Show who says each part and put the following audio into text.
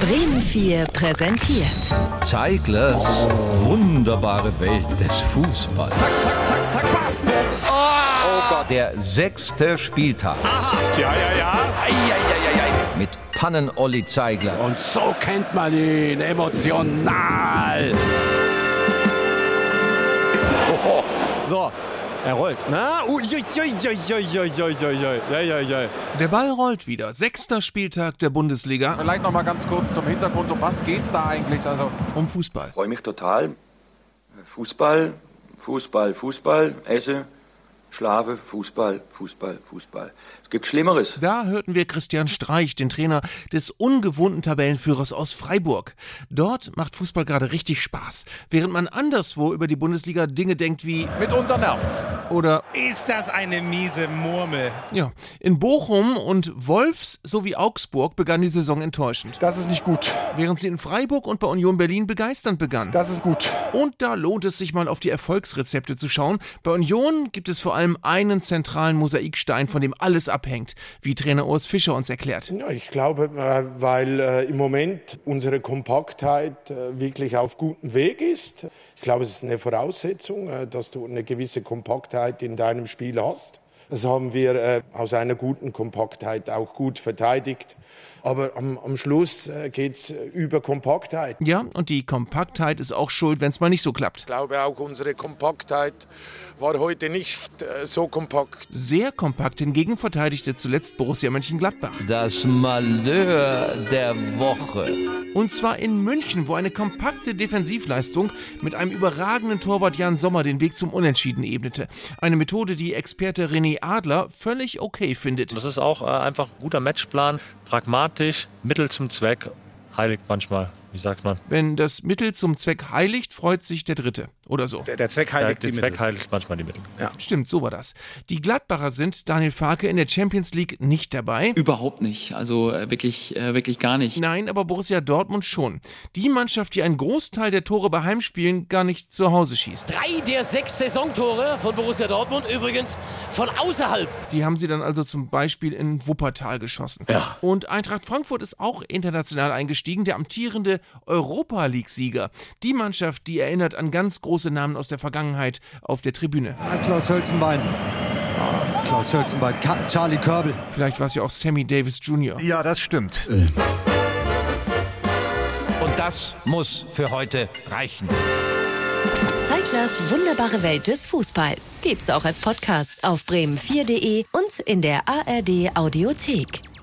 Speaker 1: Bremen 4 präsentiert.
Speaker 2: Zeiglers wunderbare Welt des Fußballs. Oh Der sechste Spieltag
Speaker 3: Ja, ja, ja.
Speaker 2: mit Pannen-Olli Zeigler.
Speaker 3: Und so kennt man ihn. Emotional.
Speaker 4: So, er rollt. Na, ui, ui, ui, ui, ui, ui, ui, ui, ui, ui, ui.
Speaker 5: Der Ball rollt wieder. Sechster Spieltag der Bundesliga
Speaker 6: Vielleicht noch mal ganz kurz zum Hintergrund, um was geht's da eigentlich? Also
Speaker 5: um Fußball.
Speaker 7: freue mich total. Fußball, Fußball, Fußball, esse, schlafe, Fußball, Fußball, Fußball. Es gibt Schlimmeres.
Speaker 5: Da hörten wir Christian Streich, den Trainer des ungewohnten Tabellenführers aus Freiburg. Dort macht Fußball gerade richtig Spaß, während man anderswo über die Bundesliga Dinge denkt wie
Speaker 6: mitunter nervt's.
Speaker 5: oder
Speaker 8: Ist das eine miese Murmel?
Speaker 5: ja. In Bochum und Wolfs sowie Augsburg begann die Saison enttäuschend.
Speaker 9: Das ist nicht gut.
Speaker 5: Während sie in Freiburg und bei Union Berlin begeisternd begann.
Speaker 9: Das ist gut.
Speaker 5: Und da lohnt es sich mal auf die Erfolgsrezepte zu schauen. Bei Union gibt es vor allem einen zentralen Mosaikstein, von dem alles abhängt, wie Trainer Urs Fischer uns erklärt.
Speaker 9: Ja, ich glaube, äh, weil äh, im Moment unsere Kompaktheit äh, wirklich auf gutem Weg ist. Ich glaube, es ist eine Voraussetzung, äh, dass du eine gewisse Kompaktheit in deinem Spiel hast. Das haben wir äh, aus einer guten Kompaktheit auch gut verteidigt. Aber am, am Schluss äh, geht's äh, über Kompaktheit.
Speaker 5: Ja, und die Kompaktheit ist auch schuld, wenn es mal nicht so klappt.
Speaker 9: Ich glaube, auch unsere Kompaktheit war heute nicht äh, so kompakt.
Speaker 5: Sehr kompakt hingegen verteidigte zuletzt Borussia Mönchengladbach.
Speaker 2: Das Malheur der Woche.
Speaker 5: Und zwar in München, wo eine kompakte Defensivleistung mit einem überragenden Torwart Jan Sommer den Weg zum Unentschieden ebnete. Eine Methode, die Experte René Adler völlig okay findet.
Speaker 10: Das ist auch äh, einfach ein guter Matchplan, pragmatisch, Mittel zum Zweck, heiligt manchmal, wie sagt man.
Speaker 5: Wenn das Mittel zum Zweck heiligt, freut sich der Dritte. Oder so.
Speaker 8: Der Zweck
Speaker 10: Der
Speaker 8: heiligt die
Speaker 10: Zweck
Speaker 8: Mittel.
Speaker 10: heiligt manchmal die Mittel.
Speaker 5: Stimmt, so war das. Die Gladbacher sind Daniel Farke in der Champions League nicht dabei.
Speaker 11: Überhaupt nicht. Also äh, wirklich, äh, wirklich gar nicht.
Speaker 5: Nein, aber Borussia Dortmund schon. Die Mannschaft, die einen Großteil der Tore bei Heimspielen gar nicht zu Hause schießt.
Speaker 12: Drei der sechs Saisontore von Borussia Dortmund übrigens von außerhalb.
Speaker 5: Die haben sie dann also zum Beispiel in Wuppertal geschossen. Ja. Und Eintracht Frankfurt ist auch international eingestiegen, der amtierende Europa League-Sieger. Die Mannschaft, die erinnert an ganz große Namen aus der Vergangenheit auf der Tribüne.
Speaker 4: Klaus Hölzenbein. Ah, Klaus Hölzenbein. Ka Charlie Körbel.
Speaker 5: Vielleicht war es ja auch Sammy Davis Jr.
Speaker 3: Ja, das stimmt.
Speaker 2: Und das muss für heute reichen.
Speaker 1: Zeiglers wunderbare Welt des Fußballs. Gibt's auch als Podcast auf bremen4.de und in der ARD Audiothek.